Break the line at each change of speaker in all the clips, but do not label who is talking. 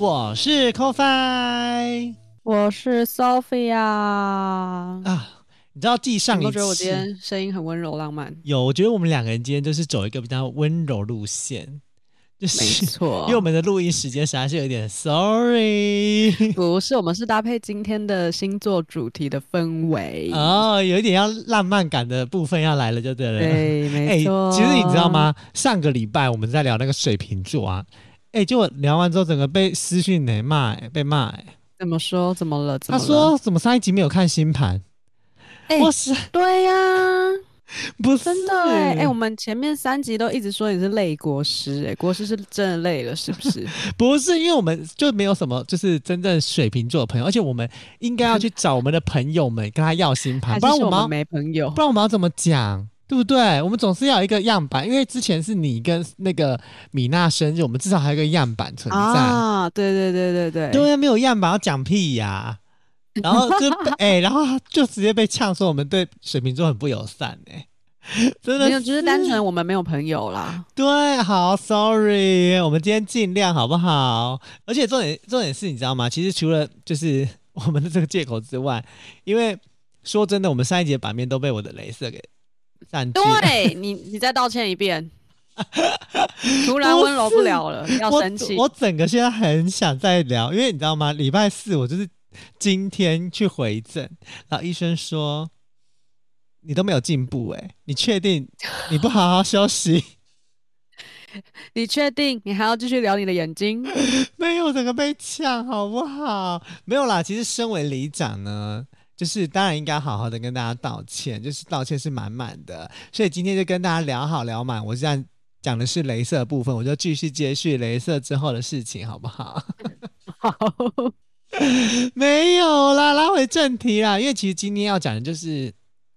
我是 CoFi
我是 Sophia。
啊，你知道继上
你
一
都觉得我今
次
天声音很温柔浪漫？
有，我觉得我们两个人今天就是走一个比较温柔路线，就是
没错，
因为我们的录音时间实在是有点 sorry
不是我们是搭配今天的星座主题的氛围。
哦，有一点要浪漫感的部分要来了，就对了。
对，
哎、
没错。
其实你知道？吗？上个礼拜我们在聊那个水瓶座啊，哎、结果聊完之后，整个被私讯呢、骂、哎被骂、哎
怎么说？怎么了？怎
他
么了
说怎么上一集没有看星盘？
哎
我是
对呀、
不是欸
真的哎、哎、我们前面三集都一直说你是累国师、哎，国师是真的累了，是不 是？
不是，因为我们就没有什么就是真正水瓶座的朋友，而且我们应该要去找我们的朋友们跟他要星盘，
还
不
是
然我
说我
们要
们没朋友
不？然我们要怎么讲？对不对？我们总是要有一个样板，因为之前是你跟那个米娜生日，我们至少还有一个样板存在。
啊，对对对对对，
对啊，没有样板要讲屁呀、然后就被哎、然后就直接被呛说我们对水瓶座很不友善哎、 真的
没有，就是单纯我们没有朋友 啦。
对，好，sorry，我们今天尽量好不好？而且重点重点是，你知道吗？其实除了就是我们的这个借口之外，因为说真的，我们上一节版面都被我的镭射给占据了。
对你，你再道歉一遍。 突然温柔不了了，要
我
生气。
我整个现在很想再聊，因为你知道吗？礼拜四我就是今天去回诊，然后医生说你都没有进步、欸，你确 定你不好好休息？
你确定你还要继续聊你的眼 睛？
没有，整个被呛，好不好？没有啦，其实身为里长呢，就是当然应该好好的跟大家道歉，就是道歉是满满的，所以今天就跟大家聊好聊满。我这样讲的是镭射的部分，我就继续接续镭射之后的事情，好不好？
好，
没有啦，拉回正题啦，因为其实今天要讲的就是，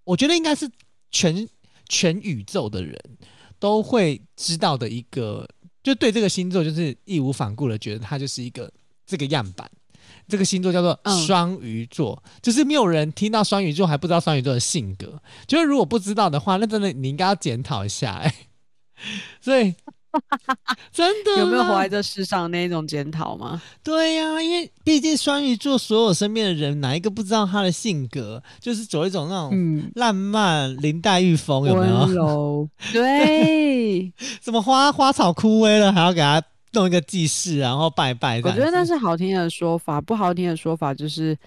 我觉得应该是全全宇宙的人都会知道的一个，就对这个星座就是义无反顾的觉得它就是一个这个样板。这个星座叫做
嗯
双鱼座，就是没有人听到双鱼座还不知道双鱼座的性格，就是如果不知道的话，那真的你应该要检讨一下、哎，所 以真的
有没有
啦
活在这世上那一种检讨吗？
对呀、因为毕竟双鱼座所有身边的人，哪一个不知道他的性格？就是走一种那种
嗯，
浪漫、林黛玉风，有没
温
有？
柔， 对，
什么花花草枯萎了，还要给他弄一个祭祀，然后拜拜这
我
样
觉
子。
得那是好听的说法，不好听的说法就是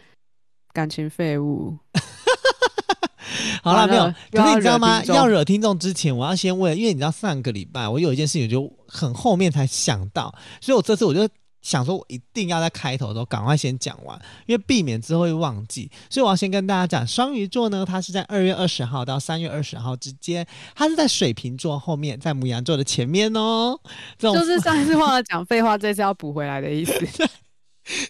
感情废物。
好啦，
完
没有
了。又
可是
要
你知道
惹
吗？
听众
要惹听众之前，我要先问，因为你知道上个礼拜我有一件事情，就很后面才想到，所以我这次我就想说，我一定要在开头的时候赶快先讲完，因为避免之后会忘记。所以我要先跟大家讲，双鱼座呢，它是在二月二十号到三月二十号之间，它是在水瓶座后面，在母羊座的前面哦。这种
就是上一次忘了讲废话，这次要补回来的意思。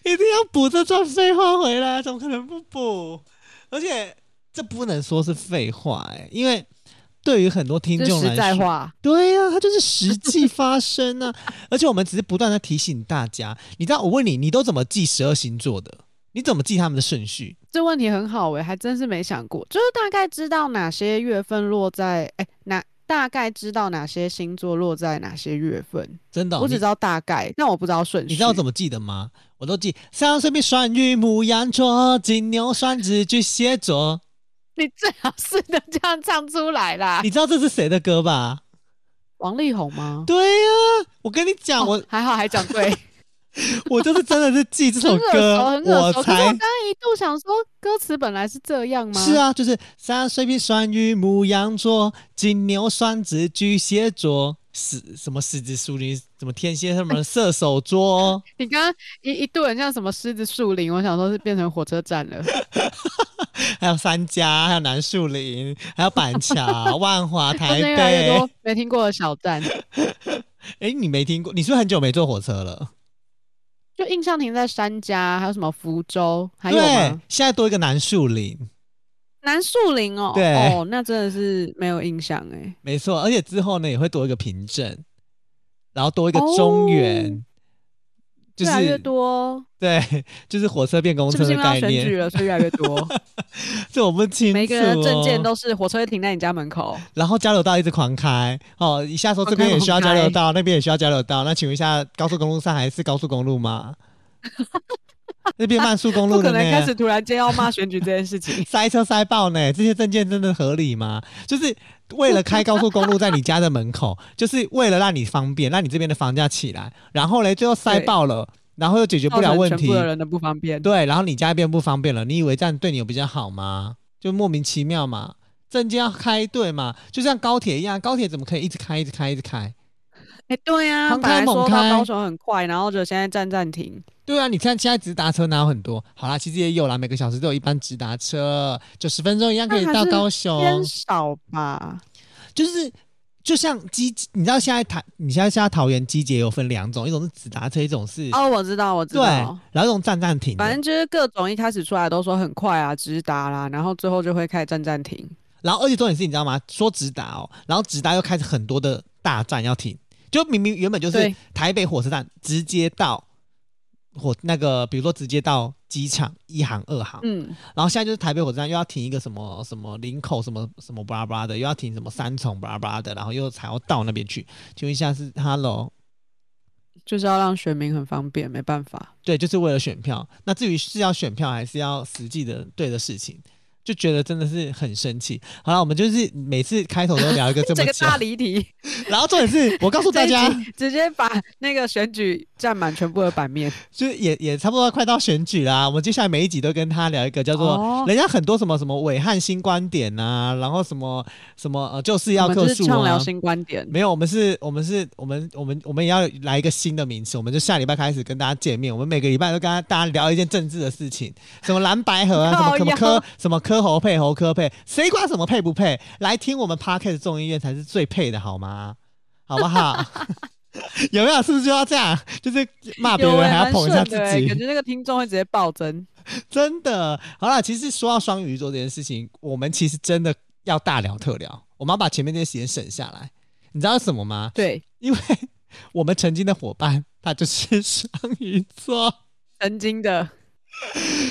一定要补这段废话回来，怎么可能不补？而且这不能说是废话、欸，因为对于很多 听
这
众
是
来
实在
说，
话，
对啊呀、它就是实际发生 啊。而且我们只是不断的提醒大家，你知道，我问你，你都怎么记十二星座的？你怎么记他们的顺序？
这问题很好诶、还真是没想过，就是大概知道哪些月份落在哎、哪大概知道哪些星座落在哪些月份，
真的哦、
我只
你
知道大概，但我不知道顺序。
你知道我怎
么？
么记得吗？我都记上水瓶、双鱼、母羊座、金牛、双子、巨蟹座。
你最好是能这样唱出来啦。
你知道这是谁的歌吧？
王力宏吗？
对呀、我跟你讲，我
哦还好还讲对，
我就是真的是记这 首
很
歌
耳熟，很耳
我
熟。可是
才
我刚刚一度想说，歌词本来是这样吗？
是，啊，就是三水瓶、双鱼、母羊座、金牛、双子、巨蟹座、狮什么狮子、淑女、什么天蝎、什么射手座，
你刚刚一一度很像什么狮子树林，我想说是变成火车站了。
还有三家，还有南树林，还有板桥、万华、
中
台
间越来越
北
多。没听过的小站，
哎、你没听过？你是不是很久没坐火车了？
就印象停在三家，还有什么福州，还有
对
吗？，
现在多一个南树林，
南树林哦，
对
哦，那真的是没有印象哎、
没错，而且之后呢也会多一个平镇，然后多一个中原，就
哦越来越
是
多，
对， 就是火车变公
是不
车的
是因为要
概
选
念，
举了，所以越来越 多？
这我不清楚、哦。
每个人的证件都是火车会停在你家门口，
然后交流道一直狂开哦，一下说这边也需要交流道，那边也需要交流道。那请问一下，高速公路上还是高速公路 吗？那边慢速公
不
路
可
的
能开始
呢？。
突然间要骂选举这件事情
塞车塞爆呢？这些证件真的合理吗？就是为了开高速公路在你家的门 口，就是为了让你方便，让你这边的房价起来。然后嘞，最后塞
对
爆了，然后又解决不了
造成
问
全
题
部，的人的不方便。
对，然后你家变不方便了，你以为这样对你有比较好吗？就莫名其妙嘛，证件要开对嘛，就像高铁一样，高铁怎么可以一直开、一直开、一直开？
哎、对呀、
狂
本来
开猛
说到
开
高雄很快，然后就现在站暂停。
对啊，你看现在直达车哪有很多？好啦，其实也有啦，每个小时都有一班直达车，九十分钟一样可以
那还
到
是
高
偏
雄。
少吧，
就是就像机，你知道现在台，你现在现在桃园机捷有分两种，一种是直达车，一种是、
哦，我知道，我知
对，
道
然，后一种站站停的。
反正就是各种一开始出来都说很快啊，直达啦，然后最后就会开始站暂停。
然后而且重点是，你知道吗？说直达哦，然后直达又开始很多的大站要停，就明明原本就是
对
台北火车站直接到火那个，比如说直接到机场一航二航，
嗯，
然后现在就是台北火车站又要停一个什么什么林口什么什么巴拉巴拉的，又要停什么三重巴拉巴拉的，然后又才要到那边去。请问一下是 Hello？
就是要让选民很方便，没办法。
对，就是为了选票。那至于是要选票还是要实际的对的事情，就觉得真的是很生气。好了，我们就是每次开头都聊一个这么
这个
久。
大 离题，
然后重点是我告诉大家
这，一集直接把那个选举占满全部的版面。
就是也也差不多快到选举啦。我们接下来每一集都跟他聊一个叫做、
哦
人家很多什么什么伟汉新观点呐、然后什么什么呃就是
我
要
们
克
就是
数
畅
啊
聊。新观点。
没有，我们是，我们是，我们，我们，我们也要来一个新的名词，我们就下礼拜开始跟大家见面。我们每个礼拜都跟大家聊一件政治的事 情，什么蓝白河啊，什么什
靠
么
腰
科，什么科侯配侯科配，谁管什么配不配？来听我们 Parkes 众议院才是最配的，好吗？好不 好？有没有？是不是就要这样？就是骂别
有
人
欸
还要
蛮
捧一下
顺
自
的欸
己
感，觉那个听众会直接 暴增。
真的。好啦，其实说到双鱼座这件事情，我们其实真的要大聊特聊，我们要把前面这些时间省下来。你知道是什么吗？
对，
因为 我们曾经的伙伴，他就是 双鱼座，
曾经的，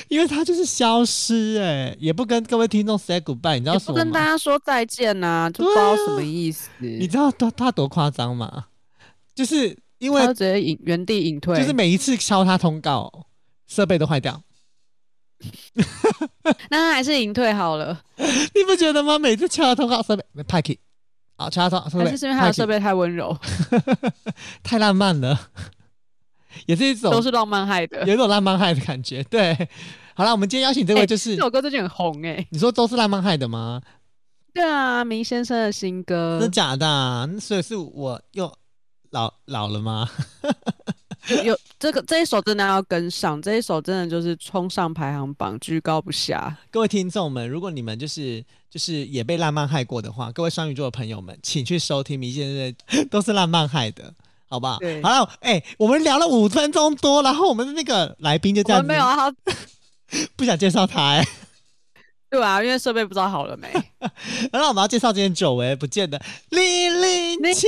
因为他就是消失、哎，也不跟各位听众 say goodbye，你知道
也
什
不
么
跟大
吗？
家说再见呐、就不
对
知道
啊
什么意思。
你知道他他多夸张吗？就是因为
他就直接隐原地隐退，
就是每一次敲他通告，设备都坏掉，
那他还是隐退好了，
你不觉得吗？每次敲他通告，设备派 k 好，敲他通设
还
备，
是是因为他的
派去
设备太温柔，
太浪漫了，也是一种
都是浪漫害的。
有一种浪漫 害的感觉。对，好了，我们今天邀请这位
哎
就是、
这首歌最近很红哎、
你说都是浪漫害的吗？
对啊，明先生的新歌
真的假的啊、那所以是我又老老了吗？
有有这个这一首真的要跟上，这一首真的就是冲上排行榜，居高不下。
各位听众们，如果你们就是就是也被浪漫害过的话，各位双鱼座的朋友们，请去收听《迷先生的 都是浪漫害的》，好不好？
对
好了，哎、我们聊了五分钟多，然后我们的那个来宾就这
我
样
们
子，
没有啊，
不想介绍他、哎。
对啊，因为设备不知道好 了没。
好了，我们要介绍今天久违不见的零零
零
七。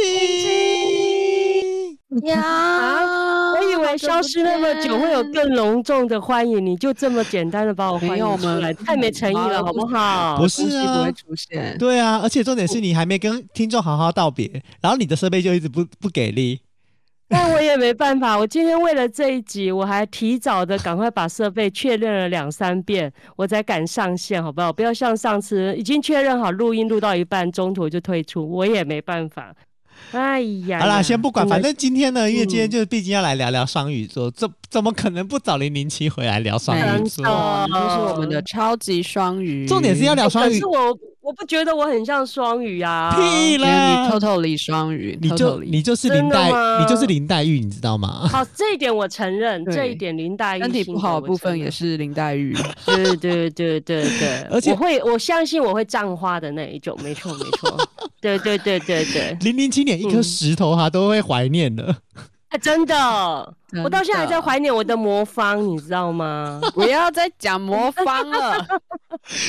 呀
啊哦
我以为消失那么久会有更隆重的欢迎，你就这么简单的把我欢
没有我
迎出
们
来，太没诚意了，好不好
不？
东
是
西
啊
不会出现。
对啊，而且重点是你还没跟听众好好道别，然后你的设备就一直不不给力。
但我也没办法，我今天为了这一集，我还提早的赶快把设备确认了两三遍，我才敢上线，好不好？不要像上次已经确认好录音录到一半，中途就退出，我也没办法。哎呀呀，
好啦，先不管，
真的
反正今天呢，因为今天
嗯
就是毕竟要来聊聊双鱼座，怎怎么可能不找零零七回来聊双鱼
没
座
错，
真？的
就是我们的超级双鱼。
重点是要聊双
可
鱼
是我我不觉得我很像双鱼啊。
屁
因为你
啦！
totally 双鱼，
你就
totally
你就是林黛
真的，吗
你就是林黛玉，你知道吗？
好，这一点我承认，
对
这一点林大玉
身体不好的部分也
是。
是林黛玉。
对对对对对，
而且
我会，我相信我会葬花的那一种，没错 没错。对对对对对，
零零七年一颗
嗯
石头，他都会怀念的。
啊真的，我到现在还
真
在
的
怀念我的魔方，你知道 吗？
不要再讲魔方了。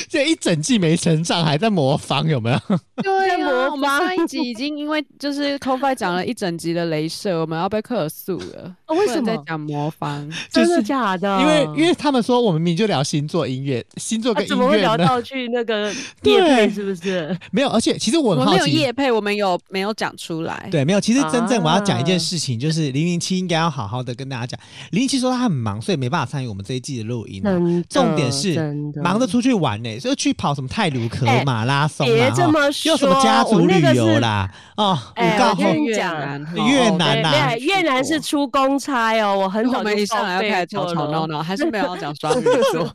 这一整季没成长，还在模仿，有没有？
对
在
呀、
模
我们
仿
上一集已经因为就是 CoFi 讲了一整集的镭射，我们要被克诉了。
哦为
不
什
能
么
再？讲魔方？
就
真的
是
假的？
因为因为他们说我们明明就聊星座、音乐，星座
啊
跟
怎
音
么会
乐
聊
呢？
到去那个
对
夜配是 不是？
没有，而且其实我
我
很
们
好
没有
奇，
夜配，我们有没有讲出
哎
来？
对，没有。其实真正我要讲一件
啊
事情，就是零零七应该要好好的跟大家讲。零零七说他很忙，所以没办法参与我们这一季的录音啊、
真的
重点是
真的
忙着出去玩呢、就去跑什么泰鲁克
哎
马拉松
别
啦，
这
哈
么说，
又什么家族
我那
旅
个
游
是
啦，哦，
哎
五道
我跟
后
你
越
讲
南
越
哦对
南呐
对，越南是出公差哦，我很
然后
早
我
就
们一上来要
报备
开始吵
过
吵
了
闹闹，还是没有要讲双鱼座。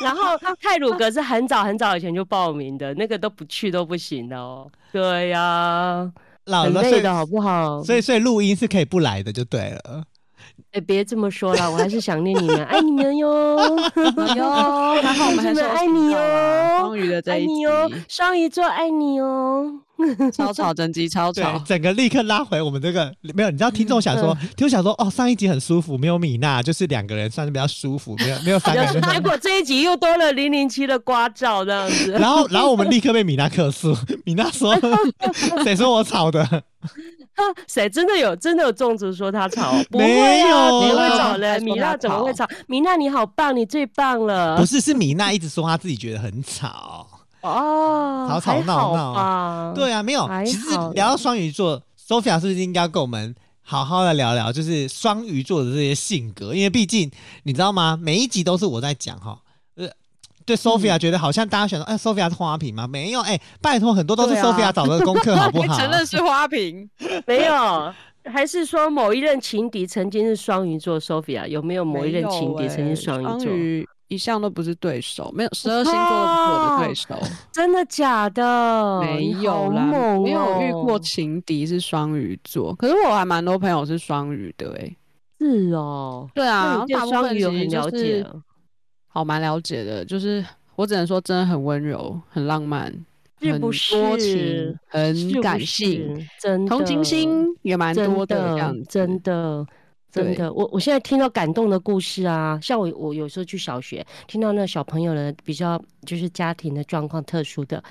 然后泰鲁格是很早很早以前就报名的，那个都不去都不行的哦。对呀、
老
很
了，所
累
以
的哦好不好？
所以所以录音是可以不来的，就对了。
哎，别这么说啦，我还是想念你们，爱你们哟，
哎 呦， 还好我们还是有
真的爱你
听到啊
哦
双鱼的这
爱
一
你哟
集，，
双鱼座爱你哦。
超吵整集超
对
吵，。
整个立刻拉回我们这个没有，你知道听众想说，
嗯
听众想说，哦，上一集很舒服，没有米娜，就是两个人算是比较舒服，没有没有三个 人。
结果这一集又多了零零七的瓜照这样子。
然后然后我们立刻被米娜克诉， 米娜说谁说我吵的？
谁真的有真的有粽子说他吵？不
没
会啊，
有
谁会
啦
吵嘞？
他说
米
他
娜怎么会
吵
吵？米娜你好棒，你最棒了
不。是，是米娜一直说她自己觉得很吵。
哦，
吵吵
还
闹
好
闹
吧。
对啊，没有。
还
其实
好
聊到双鱼座，Sophia 是不是应该要跟我们好好的聊聊，就是双鱼座的这些性格？因为毕竟你知道吗，每一集都是我在讲哈。呃，对 Sophia 觉得好像大家想说，哎、s o p h i a 是花瓶吗？没有，哎、拜托，很多都是
对啊
Sophia 找的功课， 好不
你
好？
承认是花瓶，
没有，还是说某一任情敌曾经是双鱼座？Sophia 有没有某一任情敌曾经是双
鱼
鱼
欸双
座？
鱼一向都不是对手，没有十二星座都不是我的对手，
真的假的？
没
你好
有啦，
猛
没有遇过
哦
情敌是双鱼座，可是我还蛮多朋友是双鱼的、欸，
是哦。
对啊，然后
那你对
大部
双
分
鱼有
其
很
实就
了
是
解啊？
好蛮了解的，就是我只能说真的很温柔，很浪漫，
是不
很多情
是，
很感
是
性，
不是，真的
同情心也蛮
真
多这样
的
子，
真的。真
对
的，我我现在听到感动的故事啊，像我我有时候去小学，听到那小朋友的比较就是家庭的状况特殊的，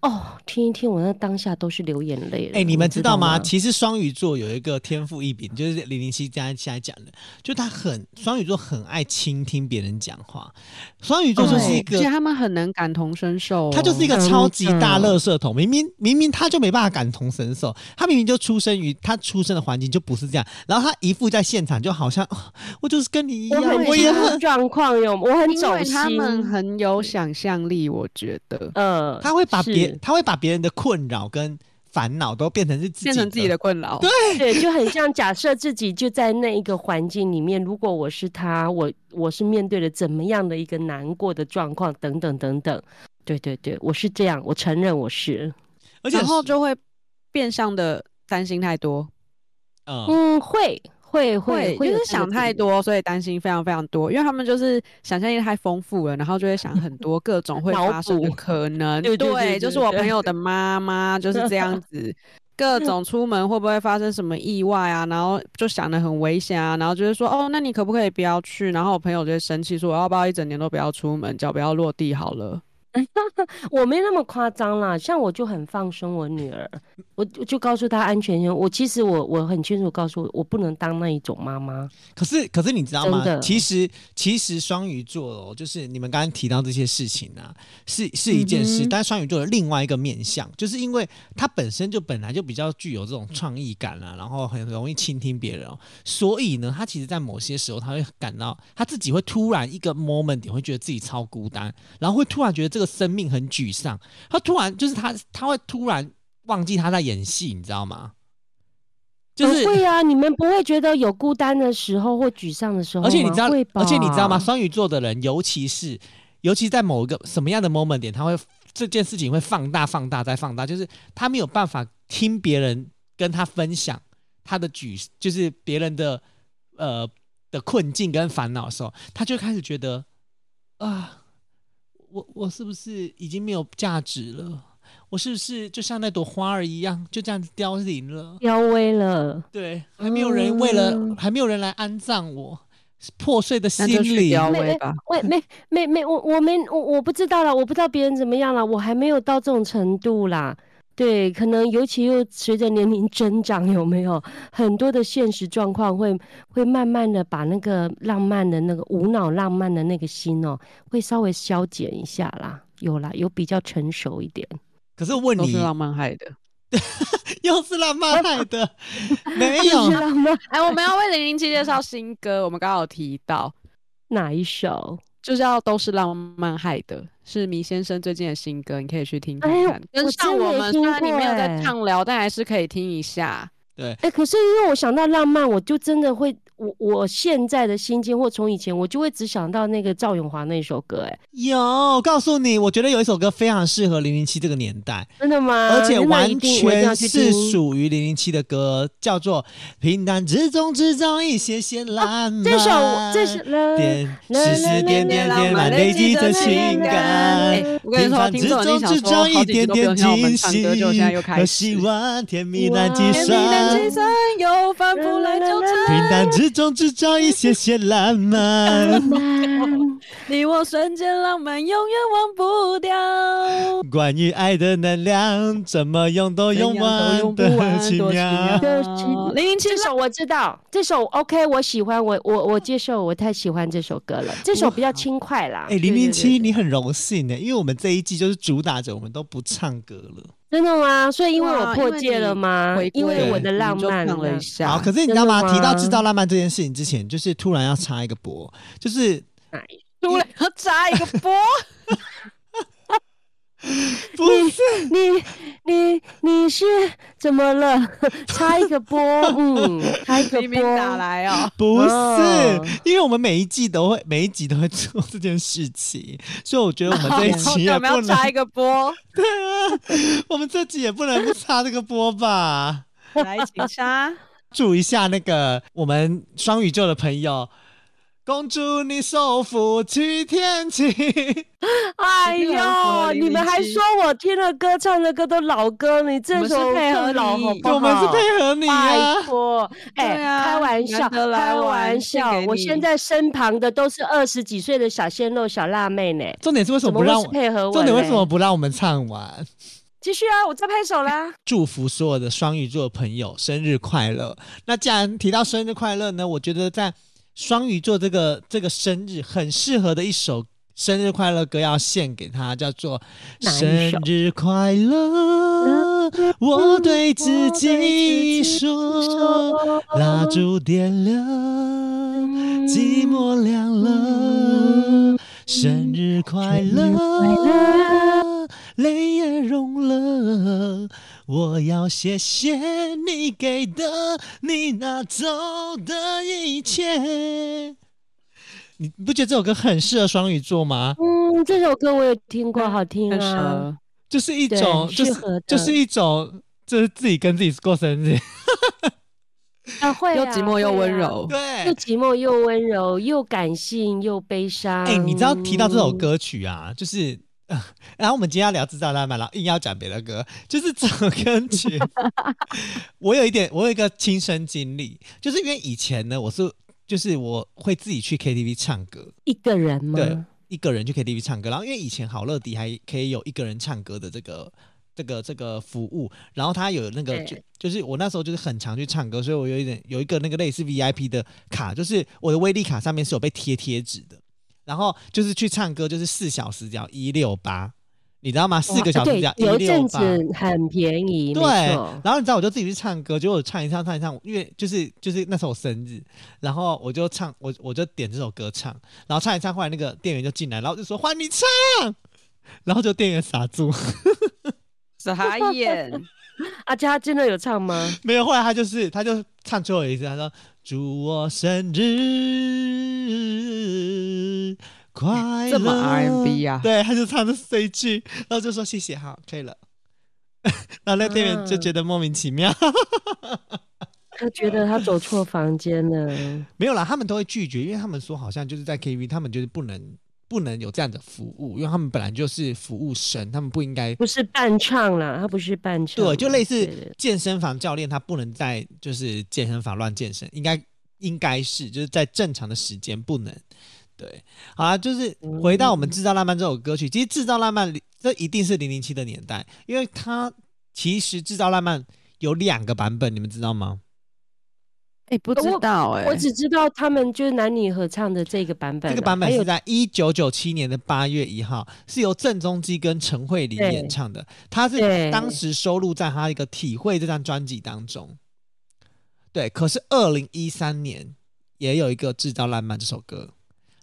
哦，听一听，我那当下都是流眼泪了。
哎、你们知
知
道吗？
吗？
其实双鱼座有一个天赋异禀，就是零零七刚才现在讲的，就他很双鱼座很爱倾听别人讲话，双鱼座就
对
是一个
而且他们很能感同身哦受、哦，嗯
他就是一个
真
超级大垃
的
圾桶，明明明明他就没办法感同身受，他明明就出生于他出生的环境就不是这样，然后他一副在现场就好像、哦我就是跟你一
我
样，
很
啊我
进
也
入
很，
状况有，我很
因
走
为
心。
他们很有想象力，我觉得
呃，
他会把
是
别他会把别人的困扰跟烦恼都变成是自己
变成自己的困扰。对，
对，就很像假设自己就在那一个环境里面，如果我是他，我我是面对了怎么样的一个难过的状况，等等等等。对对对，我是这样，我承认我是，
而且
然后就会变相的担心太多，
嗯，
嗯，会会会会
就是
有这个
想太
比例，
多，所以担心非常非常多，因为他们就是想象力太丰富了，然后就会想很多各种会
脑
发生的
补
可能。
对对对对
就是我
对
朋友的妈妈就是这 样子。各种出门会不会发生什么意外啊？然后就想的很危险啊，然后就是说，哦，那你可不可以不要去？然后我朋友就会生气说，我要不要一整年都不要出门，脚不要落地好了。
我没那么夸张啦。像我就很放生我女儿，我我就告诉她安全性。我其实我我很清楚告诉我，我不能当那一种妈妈。
可是可是你知道吗
真？的
其实其实双鱼座哦，就是你们刚刚提到这些事情啊，是是一件事，
嗯哼
但双鱼座的另外一个面向，就是因为他本身就本来就比较具有这种创意感啊，然后很容易倾听别人哦，所以呢，他其实在某些时候他会感到他自己会突然一个 moment 点会觉得自己超孤单，然后会突然觉得这个生命很沮丧，他突然就是他他会突然忘记他在演戏，你知道吗？就是、
不会啊，你们不会觉得有孤单的时候或沮丧的时候吗，
而且你知道
会，吧？
而且你知道吗？双鱼座的人，尤其是尤其在某一个什么样的 moment 点，他会这件事情会放大、放大再放大，就是他没有办法听别人跟他分享他的沮，就是别人的呃的困境跟烦恼的时候，他就开始觉得啊，我我是不是已经没有价值了？我是不是就像那朵花儿一样，就这样子凋零了？
凋微了，
对，还没有人为了，还没有人来安葬我破碎的心
那就去
灵。
雕
没
尾吧。
喂，没没没，我我没我我不知道啦，我不知道别人怎么样啦，我还没有到这种程度啦。对，可能尤其又随着年龄增长，有没有很多的现实状况会会慢慢的把那个浪漫的那个无脑浪漫的那个心哦，会稍微消减一下啦。有啦，有比较成熟一点。
可是问
都
你
是，浪漫害 的。
又是浪漫派的， 没有
是 浪漫
哎、我们要为零零七介绍新歌，我们刚好有提到，
哪一首？
就是要都是浪漫害的，是迷先生最近的新歌，你可以去听听
哎呦
看。跟
我
上
真没
们，虽
听
然你没有
过
在
哎
畅聊，但还是可以听一下。
对，
哎、可是因为我想到浪漫，我就真的会，我我现在的心境或从以前，我就会只想到那个赵咏华那首歌、哎，
有。我告诉你，我觉得有一首歌非常适合零零七这个年代，
真的吗？
而且
那一
完
定我一定要
全
去
是
听
属于零零七的歌，叫做《平淡之中制造一些些浪漫》。
啊这首我，这是
点时时点点点满累积的情
哎、
感。
我跟你说，听众一定想说，好几集都不用听我们唱歌，就现在又开
和
始。
希望甜蜜
哇
来寄
甜蜜的计
生，
算又反复来纠缠，
平淡之中制造一些些浪 漫。
你我瞬间浪漫，永远忘不掉。
关于爱的能量，怎么用都用
怎样都
完
用不
的
完
奇
多奇
妙哎
妙。
对
啊，
零零七这首我知道，这首 OK，我喜欢，我我我接受，我太喜欢这首歌了。这首比较轻快啦，
哎，零零七，你很荣幸欸呢，因为我们这一季就是主打着我们都不唱歌了。
真的吗？所以因为
对啊
我破戒了吗
回？
因
归
为
了
我的
我们
浪
就
漫
唱了一下。
好，可是你知道
真
吗？
的
提到制
吗
造浪漫这件事情之前，就是突然要插一个播，就是
突然要扎一个波，
不是
你你你是怎么了？ 插一个波， 嗯，插一个
明明打
波。
来哦。
不
哦
是，因为我们每一季都会，每一集都会做这件事情，所以我觉得我们这一
好
集也
那我们
啊
要
不能，啊
扎一个波，
我们这集也不能不插这个播吧。
来，请插。
祝一下那个我们双宇宙的朋友，公主你受福去天晴。
哎
这个很符合
呦，你们还
007
说我听的歌、唱的歌都老歌，你这
们是
首
配合
更老
你
好不好？
我们是配合你
拜
啊，
托，哎、
对啊
开玩
难
笑，
得来
开
玩
玩
献
笑
给，
我
你
现在身旁的都是二十几岁的小鲜肉、小辣妹呢，
重点是为什
怎
么不
么会
让
是
我？
配合我？
重点为什么？不让我们唱完？
继续啊，我在拍手啦。
祝福所有的双鱼座的朋友生日快乐。那既然提到生日快乐呢，我觉得在双鱼座这个这个生日很适合的一首生日快乐歌要献给他，叫做
哪
《生
一首
日快乐》。我对自己
呃
说，蜡烛点亮，
嗯
寂寞凉了，生日快乐，泪也融了。我要谢谢你给的，你拿走的一切。你不觉得这首歌很适合双鱼座吗？
嗯，这首歌我有听过，好听
那
啊。
蛇
就是一
对
种，就是
适合
就
的
是一种，就是自己跟自己过生 日。
啊，会
又
啊
寂寞又
会
温
啊
柔，
对
又寂寞又温柔，又感性又悲伤。
哎、你知道提到这首歌曲啊，就是，呃然后我们今天要聊制造浪漫，然后硬要讲别的歌，就是这首歌曲，我有一点，我有一个亲身经历，就是因为以前呢，我是就是我会自己去 KTV 唱歌，
一个人吗？
对，一个人去 KTV 唱歌，然后因为以前好乐迪还可以有一个人唱歌的这个。这个这个服务，然后他有那个
对
就就是我那时候就是很常去唱歌，所以我有一点有一个那个类似 VIP 的卡，就是我的威力卡上面是有被贴贴纸的，然后就是去唱歌就是四小时只要一六八，你知道吗？四
哇
个小时只
对
要一
有一
六
阵
八
子，很便宜，没
对
错。。
然后你知道我就自己去唱歌，结果我唱一唱唱一唱，因为就是就是那时候我生日，然后我就唱我我就点这首歌唱，然后唱一唱，后来那个店员就进来，然后就说换你唱，然后就店员傻住，
傻眼，
而且他真的有唱吗？
没有。后来他就是他就唱最后一次，他说祝我生日。快乐，
这么 R&B 啊
对，他就唱这这一句，然后就说谢谢，好，可以了。 然后那个店员就
啊
觉得莫名其妙，
他觉得他走错房间了。
没有啦，他们都会拒绝，因为他们说好像就是在 KTV，他们就是不能不能有这样的服务，因为他们本来就是服务生，他们不应该
不是伴唱啦，他不是伴唱嘛，
对，就类
对对
似健身房教练，他不能在就是健身房乱健身，应该应该是就是在正常的时间不能。对，好啊，就是回到我们《制造浪漫》这首歌曲，其实《制造浪漫》里这一定是零零七的年代，因为它其实《制造浪漫》有两个版本，你们知道吗？
哎，不知
我
道哎，
我只知道他们就是男女合唱的这个版本啊，
这个版本
还有
是在一九九七年的八月一号，是由郑中基跟陈慧琳
对
演唱的，它是
对
当时收录在他一个《体会》这张专辑当中。对，可是二零一三年也有一个《制造浪漫》这首歌，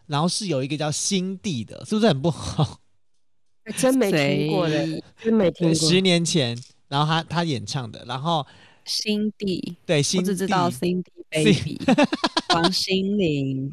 然后是有一个叫《心地》的，是不是很不好？
还真没听过的，
谁
真没听
对，
过
十。年前，然后他他演唱的，然后
，Cindy，
对，
我
心
只
地
知道 Cindy
Cindy
Baby，王心凌。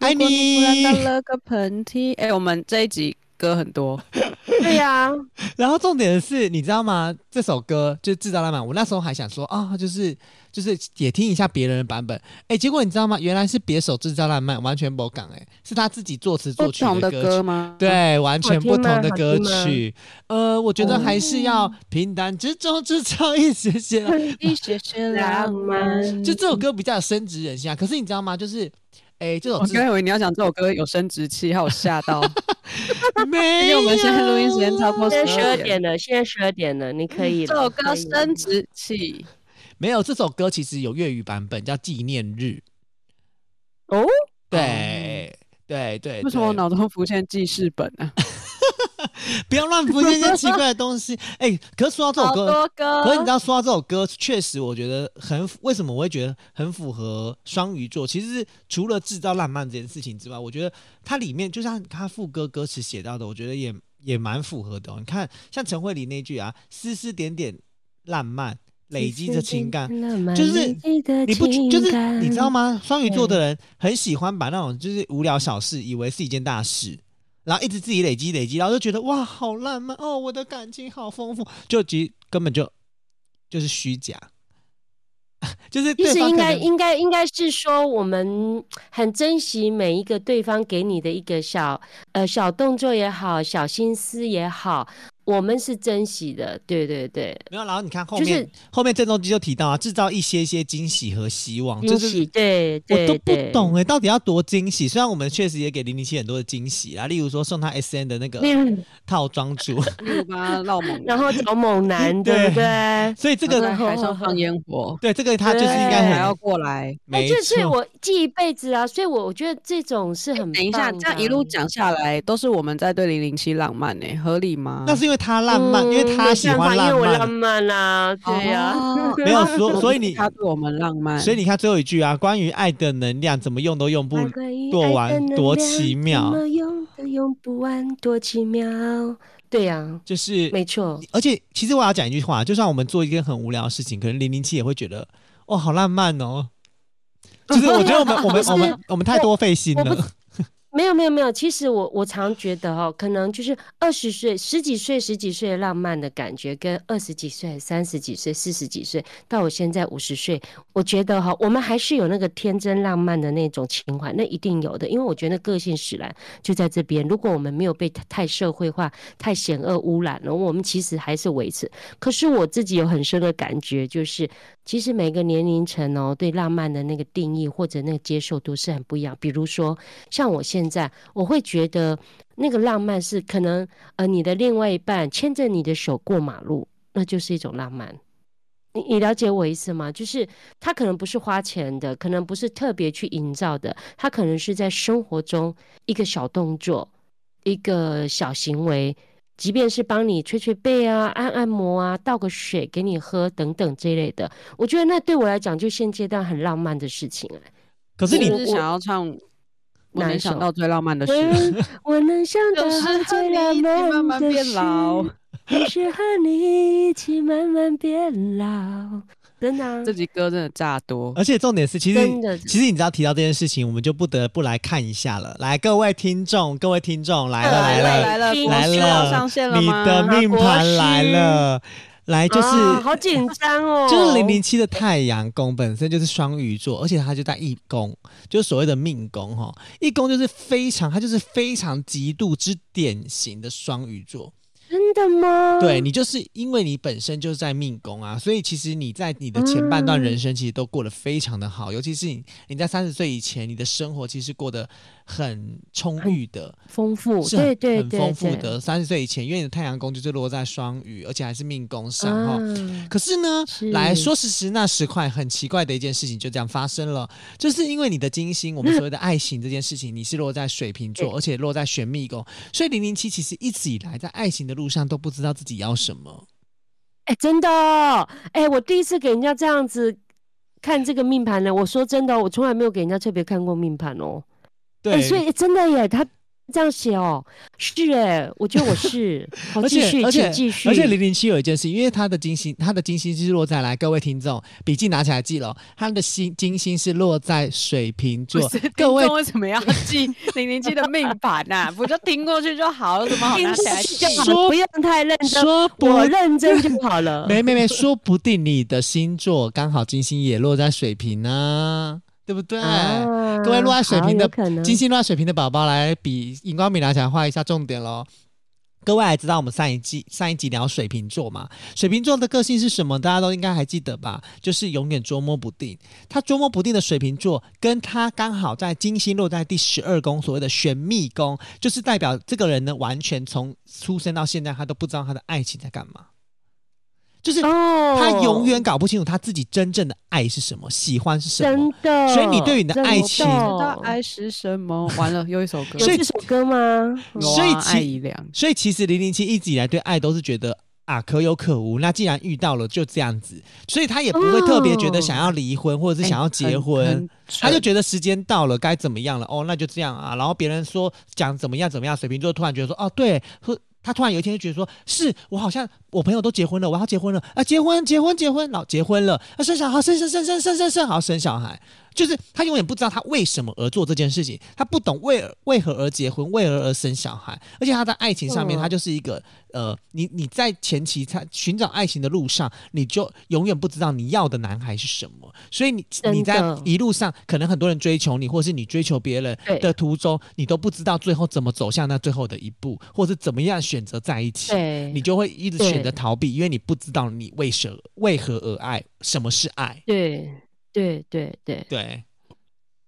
爱
如果你突然打
你。
了个喷嚏，哎，我们这一集歌很多，
对呀，
然后重点是，你知道吗？这首歌就是《制造浪漫》，我那时候还想说啊、就是就是也听一下别人的版本。哎，结果你知道吗？原来是别手《制造浪漫》，完全不港哎，是他自己作词作
不
曲
同
的歌
的
曲。
歌吗？，
对，完全不同的
好
歌
听吗
曲。呃，我觉得还是要平淡之中制造一些些啦。
一些些浪
浪
漫
漫。
就这首歌比较有深植人心啊。可是你知道吗？就是哎，这首
我
制
刚以为你要讲这首歌有生殖器，害我吓到。
没
因为我们现在录音时间差不多
现在十二
12
点了，现在十二点了，你可以
嗯这
了。
首歌
可以了
生殖器，
没有这首歌其实有粤语版本，叫《纪念日》。
哦，
对。对对，
为什么我
对
脑中浮现记事本啊？
不要乱浮现一些奇怪的东 西。哎、可是说到这首
好
歌，
多歌，
可是你知道说到这首歌，确实我觉得很符为什么我会觉得很符合双鱼座？其实除了制造浪漫这件事情之外，我觉得它里面就像它副歌歌词写到的，我觉得也也蛮符合的、哦。你看，像陈慧琳那句啊，丝丝点点浪漫，累积着情感。就是你
你
不就是你知道？吗？双鱼座的人很喜欢把那种就是无聊小事，以为是一件大事，然后一直自己累积累积，然后就觉得哇，好浪漫哦，我的感情好丰富，就其实根本就就是虚假， 就是
其
对
实
方
应
可
该
能
应该应该是说，我们很珍惜每一个对方给你的一个小呃小动作也好，小心思也好，我们是珍惜的。对对对，
没有。然后你看后
就
面、
是
后面郑中基就提到啊，制造一些些惊喜和希望，
惊
哦就是
喜，对
我
对
都不
对。
懂哎、到底要多惊喜？虽然我们确实也给零零七很多的惊喜啊，例如说送他 S N 的那个
例如
套装组，
六八闹猛，
然后找猛男，对
对
不对？哎，
所以 这个
在 海上放烟火，
对这个他就是应该
对
很
还要过来。
没
这是
错
我记一辈子啊，所以我我觉得这种是很
嗯等一下，
棒
这样
的
一路
啊
讲下来，都是我们在对零零七浪漫呢、欸合理吗？
那是因为他浪漫，因为
嗯
他
没
喜
办
欢
法因
浪
为我
漫，
浪漫啦，对啊呀，
哦
没有所所以你
他对我们浪漫，
所以你看最后一句啊，关于爱的能量怎么用都用不
爱关于
做
爱
完
的能
多
量
奇妙
怎么用都用不完，多奇妙。对呀、
就是
没错，
而且其实我要讲一句话，就算我们做一件很无聊的事情，可能零零七也会觉得哦，好浪漫哦。 就是我觉得我们我们我们我们太多费心
我不
了，
没有没有没有。其实我我常觉得哦，可能就是二十岁、十几岁、十几岁的浪漫的感觉，跟二十几岁、三十几岁、四十几岁到我现在五十岁，我觉得哈、我们还是有那个天真浪漫的那种情怀，那一定有的。因为我觉得个性使然就在这边。如果我们没有被太太社会化、太险恶污染了，我们其实还是维持。可是我自己有很深的感觉，就是其实每个年龄层哦，对浪漫的那个定义或者那个接受度是很不一样。比如说，像我现在，我会觉得那个浪漫是可能呃，你的另外一半牵着你的手过马路，那就是一种浪漫。你你了解我意思吗？就是他可能不是花钱的，可能不是特别去营造的，他可能是在生活中一个小动作，一个小行为，即便是帮你捶捶背啊、按按摩啊、倒个水给你喝等等这类的，我觉得那对我来讲就现阶段很浪漫的事情啊。
可是
你
你
是想要唱我
哪
能
一
想
首
到最浪漫的事，
啊
嗯我能想到最浪漫的
慢慢变
事
老，
就是和你一起慢慢变老。真的、啊
这，集歌真的炸多。
而且重点是，其实
真的
其实你知道提到这件事情，我们就不得不来看一下了。来，各位听众，各位听众来了
呃来
哎来
了
了
来了，
听
国
来
师要上线
了，
了
你
吗？
的命
国
盘来
师
了。来就是、
啊好紧张 哦，
就是零零七的太阳宫本身就是双鱼座，而且它就在一宫，就是所谓的命宫哈。一宫就是非常，它就是非常极度之典型的双鱼座。
真的吗？
对你就是因为你本身就是在命宫啊，所以其实你在你的前半段人生其实都过得非常的好，尤其是你你在三十岁以前，你的生活其实过得很充裕的，
丰富，
是
对
很
对
很
对，
丰富
对
的。三十岁以前，因为你的太阳宫就是落在双鱼，而且还是命宫上哈。
啊
可是呢，
是
来说时迟那时快，很奇怪的一件事情就这样发生了，就是因为你的金星，我们所谓的爱情这件事情，你是落在水瓶座，
对
而且落在玄秘宫，所以零零七其实一直以来在爱情的路上都不知道自己要什么。
哎、真的哦，哎、我第一次给人家这样子看这个命盘呢。我说真的哦，我从来没有给人家特别看过命盘哦。
对，
哎、所以真的耶，他这样写哦，是哎，我觉得我是。好，
而
继
且
续，
而且
请继续。
而且零零七有一件事，因为他的金星，他的金星是落在来，各位听众笔记拿起来记了哦，他的星金星是落在水瓶
不
座
是，
各位
听众为什么要记零零七的命盘呐、 不就听过去就好，有什么好拿起来记
就？好了
说
不用太认真，
说不
我认真就好 了。
没没没，说不定你的星座刚好金星也落在水瓶呢、对不对？
啊
嗯各位落在水
好
瓶
有
的
可能
金星落在水瓶的宝宝来比荧光笔拿起来画一下重点喽。各位还知道我们上一季上一集聊水瓶座嘛？水瓶座的个性是什么？大家都应该还记得吧？就是永远捉摸不定。他捉摸不定的水瓶座，跟他刚好在金星落在第十二宫，所谓的玄秘宫，就是代表这个人呢，完全从出生到现在，他都不知道他的爱情在干嘛，就是
哦，
他永远搞不清楚他自己真正的爱是什么，喜欢是什
真
么。
的。
所以你对于你的
真
爱情
知
的
道爱是什么？完了，又一首歌。
有
所以
这首歌吗？
有
所以
啊
其
爱一良，
所以其实零零七一直以来对爱都是觉得啊可有可无，那既然遇到了就这样子，所以他也不会特别觉得想要离婚或者是想要结婚。
哦哎很，
他就觉得时间到了，该怎么样了？哦，那就这样啊。然后别人说讲怎么样怎么样，水瓶座突然觉得说，哦，对，和他突然有一天就觉得说，是我好像我朋友都结婚了，我要结婚了啊，结婚结婚结婚，然后结婚了啊，生小孩，生生生生生生生，好生小孩，就是他永远不知道他为什么而做这件事情，他不懂为为何而结婚，为何而生小孩，而且他在爱情上面，
嗯
他就是一个呃，你你在前期他寻找爱情的路上，你就永远不知道你要的男孩是什么，所以你
真
你在
的
一路上，可能很多人追求你，或是你追求别人
对
的途中，你都不知道最后怎么走向那最后的一步，或是怎么样选择在一起，
对，
你就会一直
对
选择逃避，因为你不知道你为什为何而爱，什么是爱。
对对对对，
对，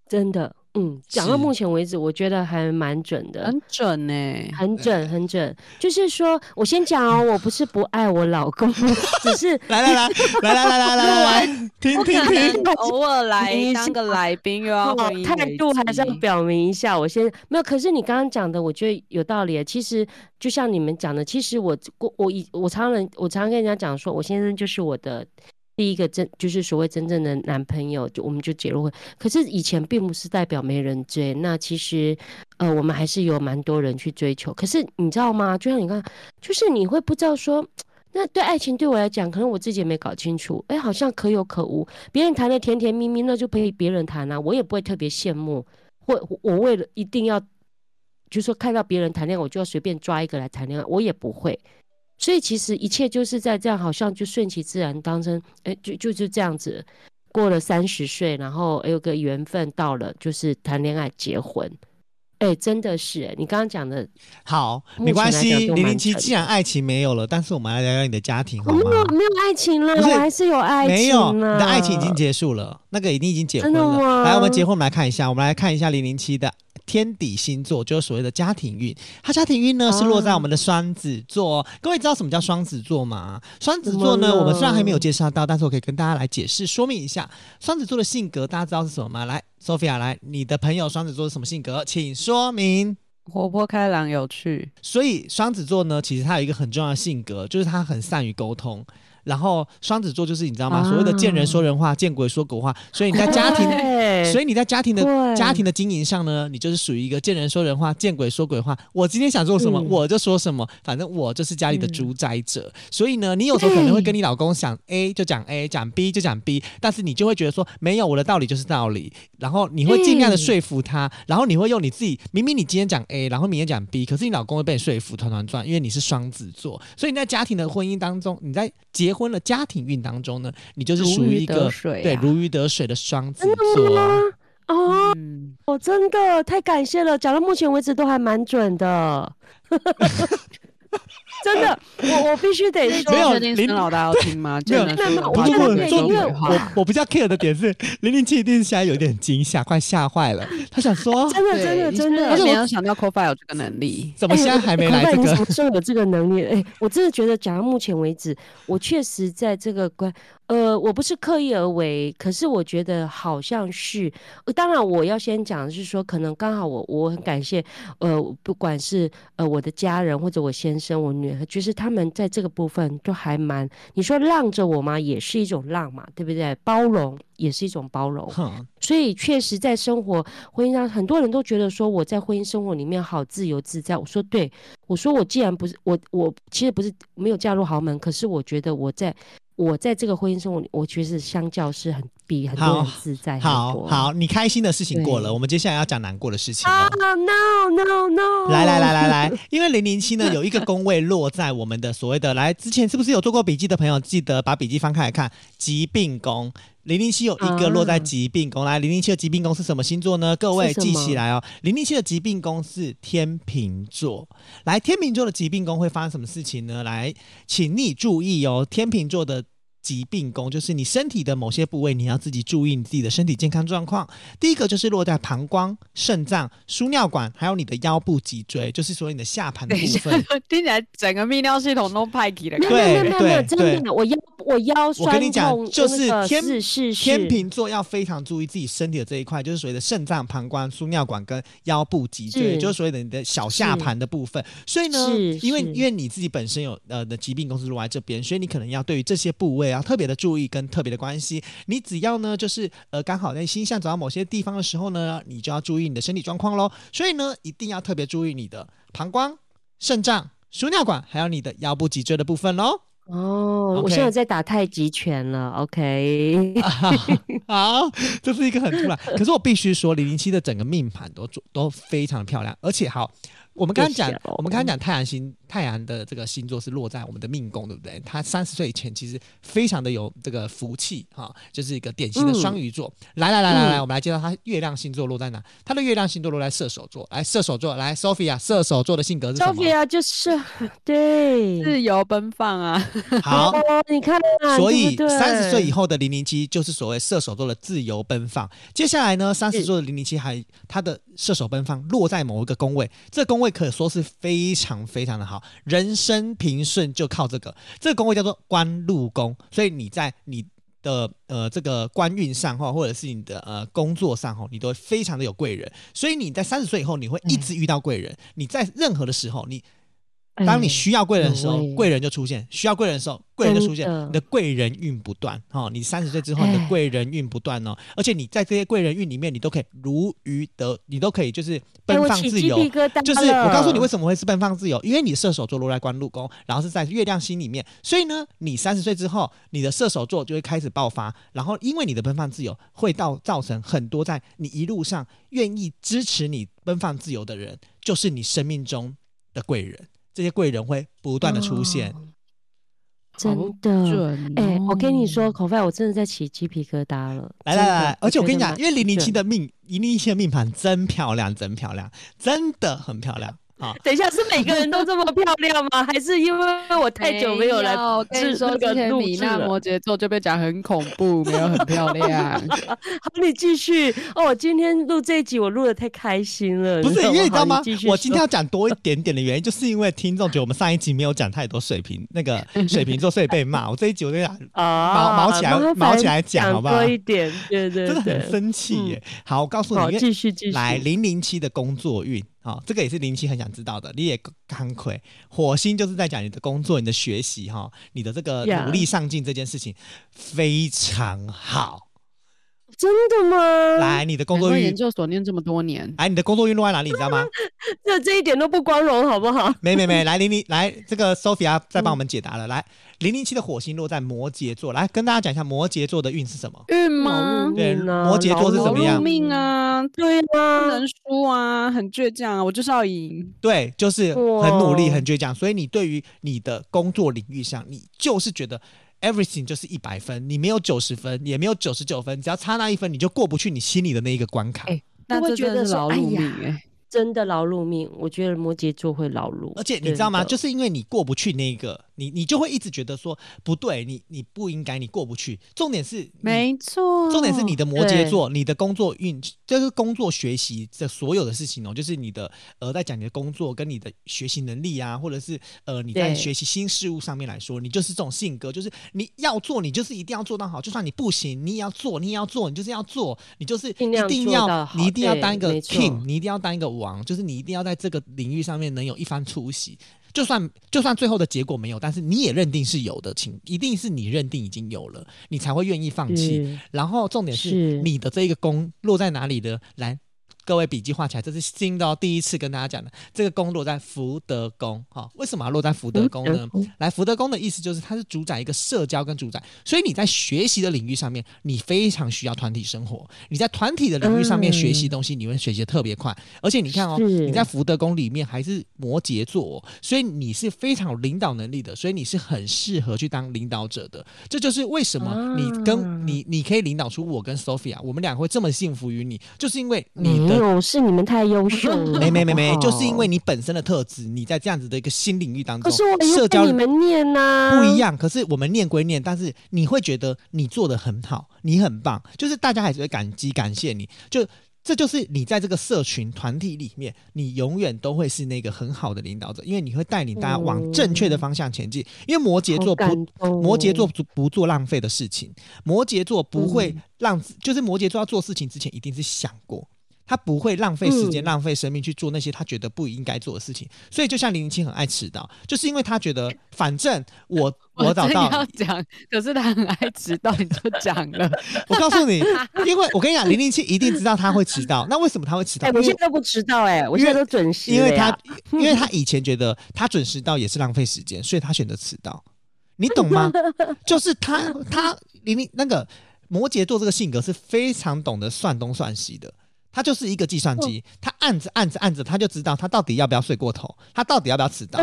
真的，嗯，讲
是
到目前为止，我觉得还蛮准的，
很准呢、
很
对
准，很准。就是说，我先讲哦，我不是不爱我老公， 只是
来来来来来来来来来，听
不
听
可
听，
能欸偶尔来
听一
当
下
个来宾，又要
哦
婚姻
态
危
度还是要
机
表明一下。我先没有，可是你刚刚讲的，我觉得有道理。其实就像你们讲的，其实我过我以我常人，我常跟人家讲说，我先生就是我的。第一个真就是所谓真正的男朋友，就我们就结了婚。可是以前并不是代表没人追，那其实，呃，我们还是有蛮多人去追求。可是你知道吗？就像你刚刚就是你会不知道说，那对爱情对我来讲，可能我自己也没搞清楚，哎，好像可有可无。别人谈的甜甜蜜蜜，那就陪别人谈啊，我也不会特别羡慕，或我为了一定要，就是说看到别人谈恋爱，我就要随便抓一个来谈恋爱，我也不会。所以其实一切就是在这样，好像就顺其自然，当成哎，就就就这样子。过了三十岁，然后哎有个缘分到了，就是谈恋爱、结婚。哎，真的是哎你刚刚讲的，
好，
目
没关
前来讲
系。
都
零零
蛮
七，
准
既然爱情没有了，但是我们来聊聊你的家庭
我
好
没
吗？
有没有爱情了，
不是
我还是有爱情啊
没有，你的爱情已
了
经结束了，那个已经已经结婚
真的
了。
吗
来，我们结婚，我们来看一下，我们来看一下零零七的天底星座，就是所谓的家庭运。它家庭运呢是落在我们的双子座哦。各位知道什么叫双子座吗？双子座呢，
怎么了
我们虽然还没有介绍到，但是我可以跟大家来解释说明一下双子座的性格，大家知道是什么吗？来，Sophia，来，你的朋友双子座是什么性格？请说明。
活泼开朗有趣，
所以双子座呢，其实他有一个很重要的性格，就是他很善于沟通。然后双子座就是你知道吗？
啊
所谓的见人说人话，见鬼说鬼话，所以你在家庭，
对
所以你在家庭的
对
家庭的经营上呢，你就是属于一个见人说人话，见鬼说鬼话。我今天想做什么，
嗯
我就说什么，反正我就是家里的
嗯
主宰者。所以呢，你有时候可能会
对
跟你老公想 A 就讲 A，讲 B 就讲 B，但是你就会觉得说没有我的道理就是道理，然后你会尽量的
嗯
说服他，然后你会用你自己，明明你今天讲 A，然后明天讲 B，可是你老公会被你说服团团转，因为你是双子座，所以你在家庭的婚姻当中，你在结婚的家庭运当中呢，你就是属于
如
一
鱼
个
得水啊
对如鱼得水的双子座。
哦，
嗯，
我真的太感谢了，讲到目前为止都还蛮准的， 真的，我我必须得
所以
说
没，有
确定
林
生老大要听吗？真的
没
是
有没有
话
我觉得
不
可
能
以
说
因为
鬼话
我我比较 care 的点是，零零七一定是现在有点惊吓，快吓坏了。他想说，
哎真的真的
对
真
你
的
是不是。没有想到 Cofi 有这个能力。
怎么现在还没
哎
来
我
这
你
个
什？ 么时候有这个能力？哎、我真的觉得，讲到目前为止，我确实在这个关，呃，我不是刻意而为，可是我觉得好像是。呃当然，我要先讲的是说，可能刚好我我很感谢，呃，不管是呃我的家人或者我先生、我女儿，就是他们在这个部分都还蛮，你说让着我吗？也是一种让嘛，对不对？包容也是一种包容。
哼，
所以确实在生活婚姻上，很多人都觉得说我在婚姻生活里面好自由自在。我说对，我说我既然不是我，我其实不是没有嫁入豪门，可是我觉得我在我在这个婚姻生活里，我觉得是相较是很比很多人
好
自哎在很
好
多
好，你开心的事情过
对
了，我们接下来要讲难过的事情
啊
了。
，no no no，
来来来来来，因为零零七呢有一个宫位落在我们的所谓的来之前是不是有做过笔记的朋友，记得把笔记翻开来看，疾病宫。零零七有一个落在
啊
疾病宫，来，零零七的疾病宫是什么星座呢？各位
是什
记
么
起来哦，零零七的疾病宫是天秤座。来，天秤座的疾病宫会发生什么事情呢？来，请你注意哦，天秤座的疾病宫就是你身体的某些部位，你要自己注意你自己的身体健康状况。第一个就是落在膀胱、肾脏、输尿管，还有你的腰部、脊椎，就是所有你的下盘的
等一
部
下
分。，
听起来整个泌尿系统都派起了
没。有没有没有没有，真的，我腰我腰
我跟你
酸
讲
痛，，
就是天
是是
天秤座要非常注意自己身体的这一块，就是所谓的肾脏、膀胱、输尿管跟腰部、脊椎，
是
就是所谓的你的小下盘的部分。所以呢
是，
因为
是
因为你自己本身有呃的疾病公司落在这边，所以你可能要对于这些部位啊特别的注意跟特别的关心。你只要呢，就是呃刚好在星象走到某些地方的时候呢，你就要注意你的身体状况喽。所以呢，一定要特别注意你的膀胱、肾脏、输尿管，还有你的腰部、脊椎的部分喽。
哦，我
OK
现在有在打太极拳了，OK，
好，这是一个很突然。可是我必须说，零零七的整个命盘都做都非常漂亮，而且好，我们刚刚
谢
讲
谢喽，
我们刚刚讲太阳星，太阳的这个星座是落在我们的命宫，对不对？他三十岁以前其实非常的有这个福气哈、就是一个典型的双鱼座。
嗯
来来来来来，我们来介绍他月亮星座落在哪？他的月亮星座落在射手座。来，射手座，来，Sophia，射手座的性格是什
s
么
p？h 就是对，
自由奔放啊！
好，
哦，你看，
所以三十岁以
后，
后的零零七就是所谓射手座的自由奔放。接下来呢，三十座的零零七还他的射手奔放落在某一个宫位，这宫位可说是非常非常的好，人生平顺就靠这个。这个宫位叫做官禄宫，所以你在你。的呃，这个官运上哈，或者是你的呃工作上哈，你都会非常的有贵人，所以你在三十岁以后，你会一直遇到贵人。你在任何的时候，你当你需要贵人的时候
哎有，欸
贵人就出现；需要贵人的时候，贵人就出现
真的。
你的贵人运不断哦，你三十岁之后，你的
哎
贵人运不断哦，而且你在这些贵人运里面，你都可以如鱼得，你都可以就是
哎
奔
我
放
起
自
鸡
由。
皮疙瘩了
就是我告诉你为什么会是奔放自由，因为你射手座落在官禄宫，然后是在月亮星里面，所以呢，你三十岁之后，你的射手座就会开始爆发，然后因为你的奔放自由，会到造成很多在你一路上愿意支持你奔放自由的人，就是你生命中的贵人，这些贵人会不断的出现。
哦
好不
真的。
准
哎、我跟你说，
哦，
口饭，我真的在起鸡皮疙瘩了。
嗯来来来来，而且我跟你讲，因为零零七
7
嗯的命，零零七的命盘真漂亮，真漂亮，真的很漂亮啊！
等一下是每个人都这么漂亮吗？ 还是因为我太久没有来
有我跟你
制
说，
那
之
个
前
录
米
制
娜
了
摩羯座就被讲很恐怖，没有很漂亮。
好，你继续哦。我今天录这一集，我录的太开心了，
不是，因
好
为你知道
你
吗
继？续
我今天
说
要讲多一点点的原因， 就是因为听众觉得我们上一集没有讲太多水瓶那 个水瓶座，所以被骂。我这一集我就讲，
啊，
毛毛起来
麻
毛起
烦
来讲好不好
多一点，对对
真的
对，嗯
很生气耶。好，我告诉
好，
你，因为
继续继续。
来零零七的工作运，好、这个也是林奇很想知道的。你也干亏，火星就是在讲你的工作、你的学习哈、你的这个
Yeah
努力上进这件事情非常好。
真的吗？
来，你的工
难
作
怪
运哎
研，究所念这么多年，
来，你的工作运落在哪里？你知道吗？
这这一点都不光荣，好不好？
没没没，来零零来，这个 Sophia 再帮我们解答了。来，零零七的火星落在摩羯座，来跟大家讲一下摩羯座的运是什么？
运
劳
吗
碌？
对
命啊
摩羯座是
劳
怎
劳
么样
碌命！啊，不
对啊，
能输啊，很倔强啊，我就是要赢。
对，就是很努力、
哇
很倔强。所以你对于你的工作领域上，你就是觉得 everything 就是一百分，你没有九十分，也没有九十九分，只要差那一分，你就过不去你心里的那一个关卡。
哎
那
会
这
觉
真
得
的是
说
劳
哎
碌
呀
命哎，
真的劳碌命，我觉得摩羯座会劳碌。
而且你知道吗？
真的
就是因为你过不去那个，你你就会一直觉得说不对，你你不应该，你过不去。重点是你
没错。
重点是你的摩羯
哦对
座，你的工作运，就是工作学习这所有的事情哦，就是你的呃，在讲你的工作跟你的学习能力啊，或者是呃你在
对
学习新事物上面来说，你就是这种性格，就是你要做，你就是一定要做到好，就算你不行，你也要做，你也要做，你就是要做，你就是
尽
一
量
定
做
要
到，好
你一定要
对
当一个
没错
king，你一定要当一个王，就是你一定要在这个领域上面能有一番出息。就算就算最后的结果没有，但是你也认定是有的，请一定是你认定已经有了，你才会愿意放弃。
是
然后重点是
是
你的这一个宫落在哪里呢？来，各位笔记画起来，这是新的、哦、第一次跟大家讲的。这个宫落在福德宫，哈、为什么要落在福德宫呢？
嗯
来，福德宫的意思就是它是主宰一个社交跟主宰，所以你在学习的领域上面，你非常需要团体生活。你在团体的领域上面
嗯
学习东西，你会学习的特别快。而且你看哦，
是
你在福德宫里面还是摩羯座、哦，所以你是非常有领导能力的，所以你是很适合去当领导者的。这就是为什么你跟、
啊
你你可以领导出我跟 Sophia，我们俩会这么幸福于你，就是因为你
没
的。
有，是你们太优秀了。
没没没
好
没，
不好
就是因为你本身的特质，你在这样子的一个新领域当
可
中
是我，又
社
被
交
你们念啊呐、
不一。样。可是我们念归念，但是你会觉得你做的很好，你很棒，就是大家还是会感激感谢你。就这就是你在这个社群团体里面，你永远都会是那个很好的领导者，因为你会带领大家往正确的方向前进。因为摩羯座
好
不
感动哦嗯
摩羯座不不做浪费的事情，摩羯座不会让自，就是摩羯座要做事情之前一定是想过，他不会浪费时间、
嗯
浪费生命去做那些他觉得不应该做的事情。所以就像林林清很爱迟到，就是因为他觉 得反正我我找
真
到
要
你，
讲，可是他很爱迟到，你就讲了。
我告 诉你，因为我跟你讲，林林清一定知道他会迟到。那为什么他会迟到？
哎、
因
我现
为
在都不知道哎、我现在都准时了
因
呀、
为他，因为他以前觉得他准时到也是浪费时间，所以他选择迟到，你懂吗？就是他，他玲玲那个摩羯座这个性格是非常懂得算东算西的，他就是一个计算机，他按着按着按着，他就知道他到底要不要睡过头，他到底要不要迟到。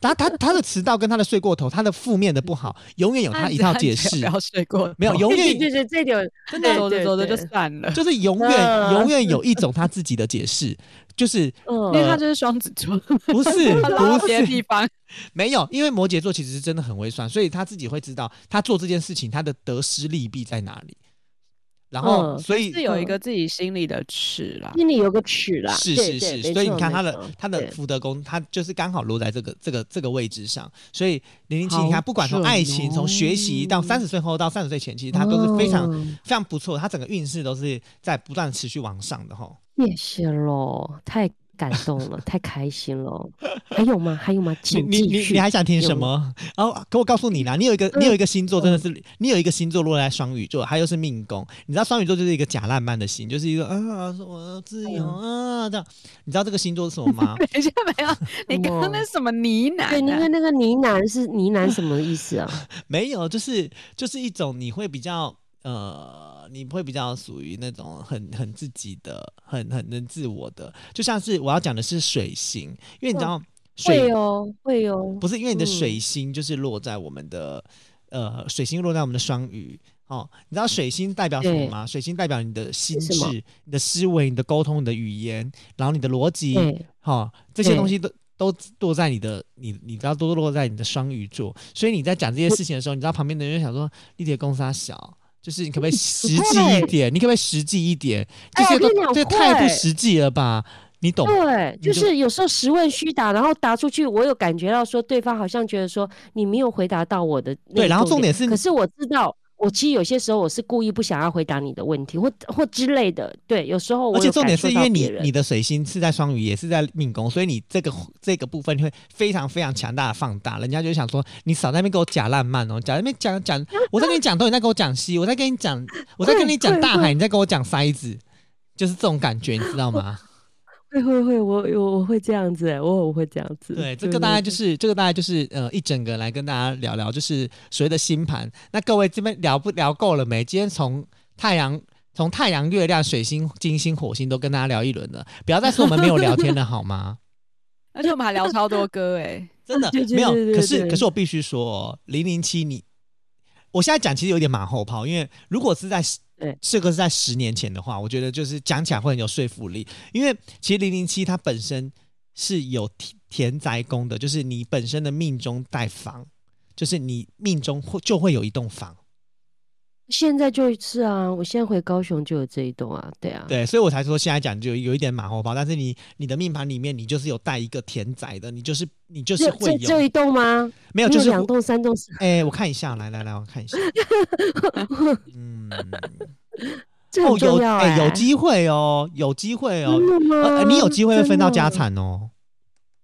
他他他的迟到跟他的睡过头，他的负面的不好，永远有 他一套解释
不，要睡过，
没有永
对
远
对对，这点
真的走着
对
走着就
对
散了，
就是永远
嗯
永远有一种他自己的解释，就是
嗯
因为他就是双子座，
不是
他老
不
些
是
地方
没有，因为摩羯座其实是真的很会算，所以他自己会知道他做这件事情他的得失利弊在哪里。然后，
嗯
所以
是有一个自己心里的尺啦。
心里有个曲啦。
是
对
是
对
是，
没
所以
错
你看他
没
的
错
他的
对
福德宫，他就是刚好落在这个这个这个位置上。所以零零七，
好
你看，不管从
准
爱情、从学习到
哦
三十岁后到三十岁前，其实他都是非常、
哦
非常不错，他整个运势都是在不断持续往上的哈。
谢谢喽，太感动了，太开心了。还有吗？还有 吗？
你
请
你
继
你
续。嗯
你还想听
有
什么？然后、可我告诉你啦，你有一个你有一个星座真的
嗯
是，你有一个星座落在双鱼座，它又是命宫。你知道双鱼座就是一个假烂漫的心，就是一个啊，说我要
哎
自由啊这样。你知道这个星座是什么 吗？
等一下，没有，你刚刚那什么呢喃、啊？
对，因为那个呢喃是呢喃什么意思啊？
没有，就是就是一种你会比较呃，你会比较属于那种很很自己的、很很能自我的，就像是我要讲的是水星，因为你知
嗯
道 水
会哦，会哦。
不是因为你的
嗯
水星就是落在我们的、呃，水星落在我们的双鱼哦。你知道水星代表什么
对
吗？水星代表你的心
什么
智、你的思维、你的沟通、你的语言，然后你的逻辑，
对，
哦，这些
对
东西都。都落在你的你，你知道都落在你的双鱼座，所以你在讲这些事情的时候，你知道旁边的人就想说：“你得公杀小，就是你可不可以实际一点？你可不可以实际一点？这
哎
些
我
都
跟你讲
这
会
太不实际了吧？你懂吗？
对，
你就
就是有时候实问虚答，然后答出去，我有感觉到说对方好像觉得说你没有回答到我的那
对
个
然后重点是
可是我知道我其实有些时候我是故意不想要回答你的问题，或或之类的。对，有时候我
而且
有
重点
感
是
受
因
到
为你
别人
你的水星是在双鱼，也是在命宫，所以你这个这个部分会非常非常强大的放大，人家就会想说你少在那边给我假烂漫哦，假在那边讲讲，我在跟你讲东西，你在跟我讲西，我在跟你讲，我在跟你讲大海，你在跟我讲塞子，就是这种感觉，你知道 吗？
会会会，我我我会这样子、欸，我我会这样子。
对，这个大概
对
就是这个大概就是呃一整个来跟大家聊聊，就是所谓的星盘。那各位这边聊不聊够了没？今天从太阳。从太阳、月亮、水星、金星、火星都跟大家聊一轮了，不要再说我们没有聊天 了，好吗？
而且我们还聊超多歌哎、
真的
对对
没有。
对对
可是
对
可是我必须说、哦，零零七你，我现在讲其实有点马后炮，因为如果是在十
对
这个是在十年前的话，我觉得就是讲起来会很有说服力，因为其实零零七它本身是有田田宅宫的，就是你本身的命中带房，就是你命中会就会有一栋房。
现在就是啊，我现在回高雄就有这一栋啊，对啊，
对，所以我才说现在讲就有一点马后炮，但是你你的命盘里面你就是有带一个田宅的，你就是你就是
这
会
这这
有
一栋吗？
没有
你
就是
两栋、三栋、四，
哎、我看一下，来来来，我看一 下。嗯，
这
哦
很
有
重要哎、
有机会哦，有机会哦
真，的吗？
呃呃你有机会会分到家
真的
产哦，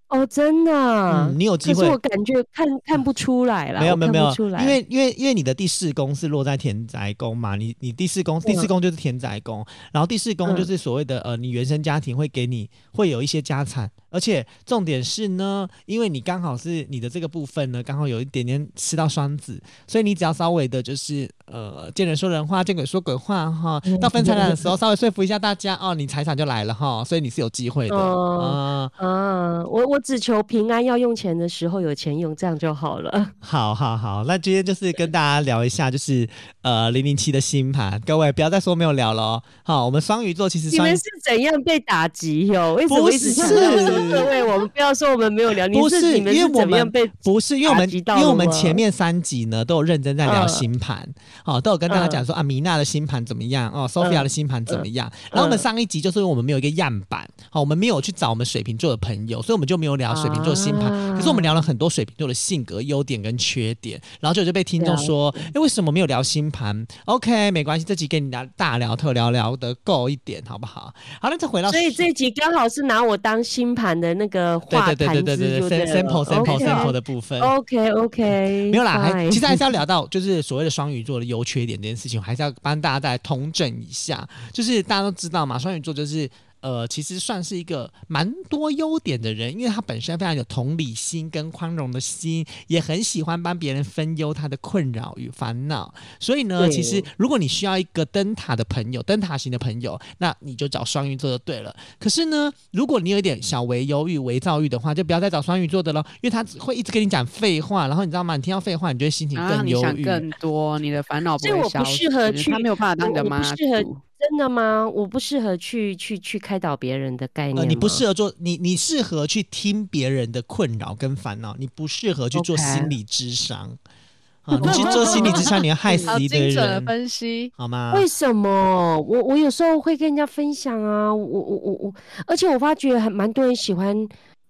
哦，真的啊。
嗯，你有机
可是
会
我。感觉看看不出来啦，
没有
我
没有没
看不
有
出，来
因为因为因为你的第四宫是落在田宅宫嘛，你你第四
嗯
宫第四宫就是田宅宫，然后第四宫就是所谓的、呃，你原生家庭会给你会有一些家产，而且重点是呢，因为你刚好是你的这个部分呢，刚好有一点点吃到双子，所以你只要稍微的就是呃见人说人话，见鬼说鬼话哈，
嗯
到分财产的时 候稍微说服一下大家哦，你财产就来了哈，所以你是有机会的啊。
哦啊，我我只求平安，要用钱的时候有钱用，这样就好了。
好好好，那今天就是跟大家聊一下，就是呃零零七的星盘，各位不要再说没有聊了哦。好，我们双鱼座其实
你
双
们是怎样被打击哟、为什么一直
不
强
是
调说各位？我们不要说我们没有聊，你
不
是
是
你们
因为
是
我
怎么样
们
被
不是因为我们
打击
因
到了
为我们
吗
前面三集呢都有认真在聊
嗯
星盘，好、都有跟大家讲说、啊米娜的星盘怎么样哦，Sophia 的星盘怎么样。然后我们上一集就是因为我们没有一个样板，好、我们没有去找我们水瓶座的朋友，所以我们就没有聊水瓶座星盘。
啊
可是我们聊了很多水瓶座的性格、优点跟缺点，然后就就被听众说，哎、为什么没有聊星盘？OK，没关系，这集给你聊大聊特聊聊的够一点，好不好？好，那再回到
所以这集刚好是拿我当星盘的那个
对
画
对对对
盘
对
子，
对
就
对
对
，sample sample sample
的。
的部分。
OK OK，
没有啦，还其实还是要聊到就是所谓的双鱼座的优缺点这件事情，我还是要帮大家再来通证一下。就是大家都知道嘛，双鱼座就是呃，其实算是一个蛮多优点的人，因为他本身非常有同理心跟宽容的心，也很喜欢帮别人分忧他的困扰与烦恼。所以呢，
对
其实如果你需要一个灯塔的朋友，灯塔型的朋友，那你就找双鱼座就对了。可是呢，如果你有一点小微忧郁、微躁郁的话，就不要再找双鱼座的喽，因为他只会一直跟你讲废话，然后你知道吗？你听到废话，你就会心情
啊，
更
你
忧
想
郁。呃
更 多，你的烦恼不
所以
会
我
消
不适合
失
去
他没有办法当你
我
的
我不
妈
适合
祖
真的吗？我不适合去去去开导别人的概念吗、
呃，你不适合做，你你适合去听别人的困扰跟烦恼，你不适合去做
OK
心理智商。 啊，你去做心理智商，你要害死
好
一
精
堆
准的
人，
分析，
好吗？
为什么？我我有时候会跟人家分享啊，我我我我，而且我发觉还蛮多人喜欢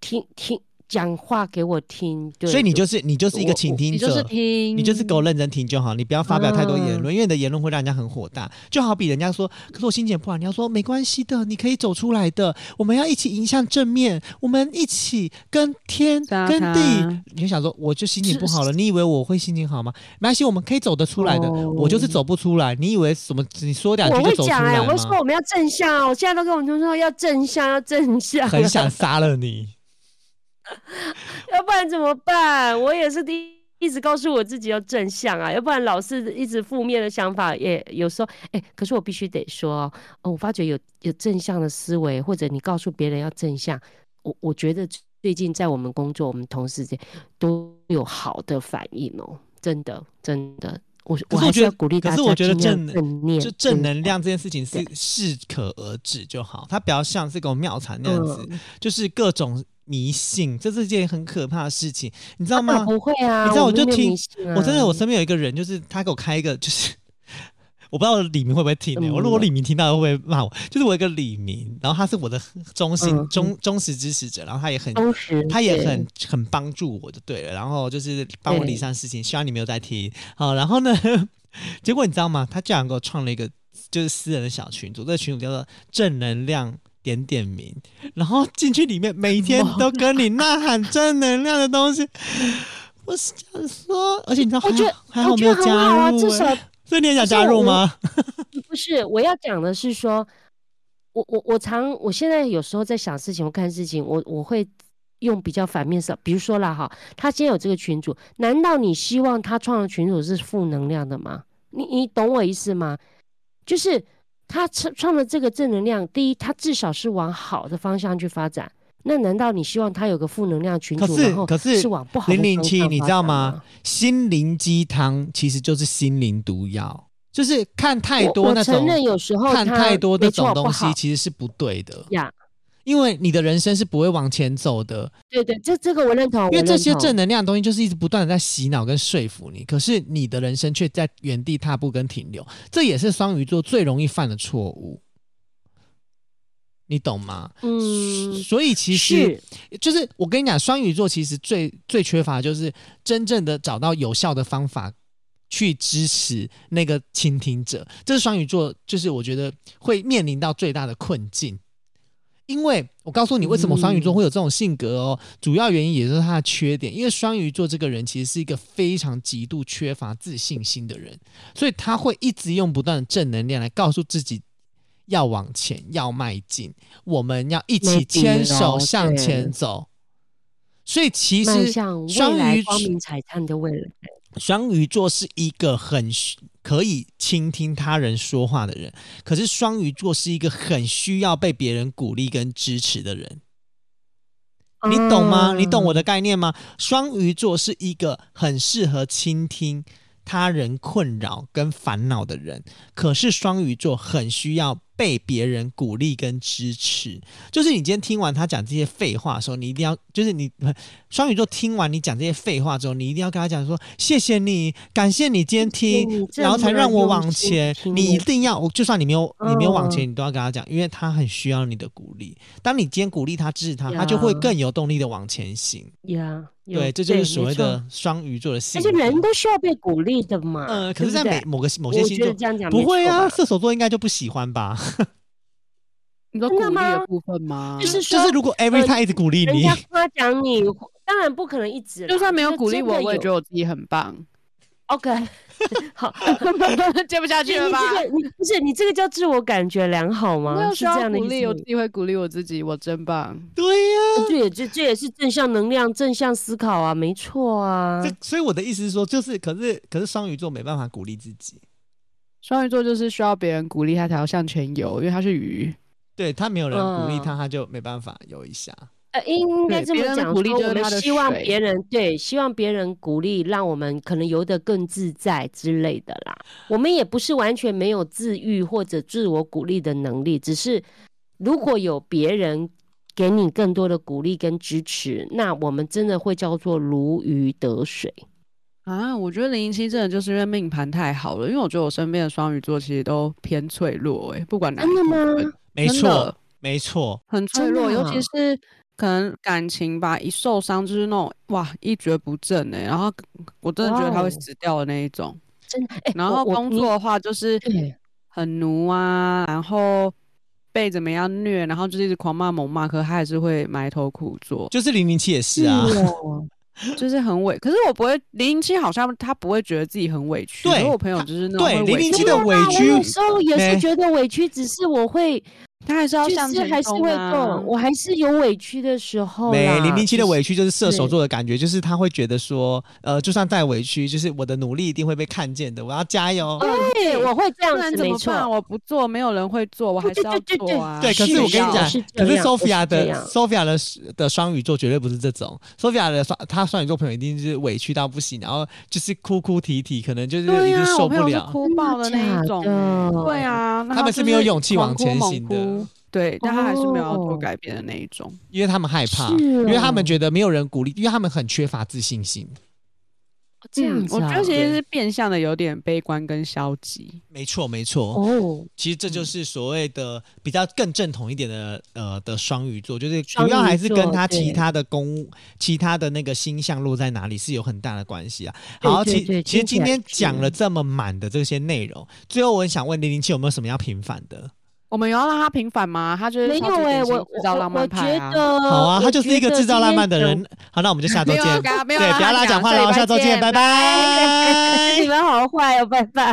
听听讲话给我听，对，
所以你就是你就是一个
我
倾
我
听
你
者，
就是听，
你就是给我认真听就好，你不要发表太多言
嗯
论，因为你的言论会让人家很火大。就好比人家说，可是我心情不好，你要说没关系的，你可以走出来的，我们要一起迎向正面，我们一起跟天
啊
杀
跟地
他。
你就想说，我就心情不好了，你以为我会心情好吗？没关系，我们可以走得出来的，
哦
我就是走不出来。你以为什么？你说两
我
句
会
就走出
讲哎、
来
我会说
吗？
我们要正向啊！我现在都跟我们同事说要正向，要正向，
很想杀了你。
要不然怎么办？我也是第一一直告诉我自己要正向啊，要不然老是一直负面的想法，也有时候哎、可是我必须得说哦，哦我发觉有有正向的思维，或者你告诉别人要正向，我我觉得最近在我们工作，我们同事间都有好的反应哦，真的真的。我
可是我
还
觉
是要
得
鼓励
可
大
是
家
我觉得
尽量
正
正念，
就正能量这件事情
嗯
是适可而止就好，它不要像这个妙产那样子，
嗯
就是各种迷信，这是件很可怕的事情，你知道
真的。
吗？
不会啊，
你知道我
们
就
没有
听
迷信
我真的，
啊
我身边有一个人，就是他给我开一个，就是 我不知道李明会不会听、欸，
嗯
我如果李明听到会不会骂我？就是我有一个李明，然后他是我的忠心、
嗯
忠忠实支持者，然后他也很
忠实，
他也
对
很很帮助我就对了，然后就是帮我
对
理上事情，希望你没有在听。好，然后呢， 结果你知道吗？他竟然给我创了一个就是私人的小群组，这个群组叫做“正能量点点名”，然后进去里面每天都跟你呐喊正能量的东西。我是想说，而且你知道还
我觉得
好还好
我
没
觉
有
得很好
加
啊，
入、
至少
欸，所以你也想
至
加
少
入
我
吗？
不是，我要讲的是说，我我我常我现在有时候在想事情，我看事情，我我会用比较反面思考，比如说啦哈，他今天有这个群主，难道你希望他创的群主是负能量的吗？你你懂我意思吗？就是他创创的这个正能量，第一，他至少是往好的方向去发展。那难道你希望他有个负能量群
可
主，
是
然后
可是
是往不好的
007
方向
你
发
知道
展
吗？心灵鸡汤其实就是心灵毒药，就是看太
我
多
我
那
承
种
认有时候
看
他
太多那
没错
种
不
东
好
西其实是不对的，
呀，
因为你的人生是不会往前走的，
对对，这这个我认同，
因为
我
这
认
些
同
正能量的东西就是一直不断的在洗脑跟说服你，可是你的人生却在原地踏步跟停留，这也是双鱼座最容易犯的错误，你懂吗？
嗯，
所以其实
是
就是我跟你讲，双鱼座其实最最缺乏就是真正的找到有效的方法去支持那个倾听者，这是双鱼座就是我觉得会面临到最大的困境。因为我告诉你，为什么双鱼座会有这种性格哦，主要原因也就是他的缺点。因为双鱼座这个人其实是一个非常极度缺乏自信心的人，所以他会一直用不断的正能量来告诉自己要往前，要迈进，我们要一起
没别
牵手
哦
向
对
前走。所以其
迈
实
向未
双
来
鱼
光明璀璨的未来。
双鱼座是一个很需可以倾听他人说话的人，可是双鱼座是一个很需要被别人鼓励跟支持的人。你懂吗？你懂我
的？
的概念吗？双鱼座是一个很适合倾听他人困扰跟烦恼的人，可是双鱼座很需要被别人鼓励跟支持。就是你今天听完他讲这些废话的时候，你一定要，就是你双鱼座听完你讲这些废话之后，你一定要跟他讲说：“谢谢你，感谢你今天
谢谢
听
你，这
然后才
么
让我往
用心
前。”
听
你
我
一定要，我就算你没有你没有往
嗯
前，你都要跟他讲，因为他很需要你的鼓励。当你今天鼓励他、支持他，他就
呀
会更有动力的往前行。
呀，有
对，这就是所
没
谓
错
的双鱼座的性
而
格。
且人都需要被鼓励的嘛。
呃，可是，
对
在
不
每
对
某个某些
我
星
觉得
座
这样讲
不
没
会
错
啊，
吧嗯
射手座应该就不喜欢吧？
你说鼓
真的
励的
吗
部分吗？
就是
就
说
是如果 every time 一直鼓励
呃人
你
家，夸奖你，当然不可能一直啦，
就算没有鼓励
真的
我，我也
有
觉得我自己很 棒。
OK。好，
接不下去
你
了吧？
这个你不是你这个叫自我感觉良好
我
吗？
有
是
需
这
要
样的
鼓励，
意
我
思
自
吗。
己会鼓励我自己，我真棒。
对呀、
这也这这也是正向能量、正向思考啊，没错啊。
这所以我的意思是说，就是可是可是双鱼座没办法鼓励自己，
双鱼座就是需要别人鼓励他才要向前游，因为他是鱼，
对他没有人鼓励
嗯
他，他就没办法游一下。
呃，应该
对
这
别
么
人的
讲，
鼓励
说
就是
我们
他的
希望
水
别人对，希望别人鼓励，让我们可能游得更自在之类的啦。我们也不是完全没有自愈或者自我鼓励的能力，只是如果有别人给你更多的鼓励跟支持，那我们真的会叫做如鱼得水。
啊，我觉得零零七真的就是因为命盘太好了，因为我觉得我身边的双鱼座其实都偏脆弱、欸，不管哪一
真的
部
吗
分
没
真的
错，没错，
很脆
真的
弱，尤其
啊
是可能感情吧，一受伤就是那种哇一蹶不振哎、然后我真的觉得他
哇
会
哦
死掉的那一种。
真的，哎、
然
我
后
我
工
你
作的话就是
对
很奴啊，然后被怎么样虐，然后就是一直狂骂猛骂，可他还是会埋头苦做，
就是零零七也是啊，
哦
就是很委。可是我不会，零零七好像他不会觉得自己很委屈，
对
可是我朋友
他
就是那种
对
会
零
委
零
屈
七的委
啊我
屈
有时候也
没
是觉得委屈，只是我会。
他还是要
就
向
是
前
还是
冲
会
啊
做，。我还是有委屈的时候
没
哦啦。
零零七的
就是
委屈就是射手
对
座的感觉，就是他会觉得说，呃，就算再委屈，就是我的努力一定会被看见的，我要加油。
哦对，我会这
不
样
然
子，
怎
没
么办？
错。
我不做，没有人会做，我还是
对
要
对对
做啊。
对，可
是
我跟你
的
讲
是，
可
这
是
样我
Sophia
是这
的
样
Sophia 的的双鱼座绝对不是这种，Sophia 的双她双鱼座朋友一定是委屈到不行，然后就是哭哭啼啼，可能就是
对
已经
呀，
受
我朋
不
友是
了。
哭爆的那一种
真的
欸。
假的
对啊，然
他
后
们
就是
没有勇气往前
狂哭
行的
猛哭对，但他还是没有要做
哦
改变的那一种。
因为他们害怕，
是
因为他们
哦
觉得没有人鼓励，因为他们很缺乏自信心。
这样
嗯
子
我
啊、
觉得其实是变相的有点悲观跟消极。
没错，没错。
哦，
其实这就是所谓的比较更正统一点的呃的双鱼座，就是
双
主要
鱼
还是跟
座
他
对
其他的宫、其他的那个星象落在哪里是有很大的关系啊。
对
好，
对
其
对
其实
听起
今
来
天
是
讲了这么满的这些内容，最后我很想问零零七有没有什么要平反的？
我们有要让他平反吗？他就是
没有
超级
哎、
典型
我
制造浪
我我
漫
觉
派啊。
得
好啊，他
呃我
就是一
觉
个
得
制造
今
浪
天
漫的
整
人。好，那我们就下周
没有
见。
跟他没有
对，
让
不要
他
拉讲话
下
了，
礼拜
下周见，
见
拜拜。
你们好坏哦，拜拜。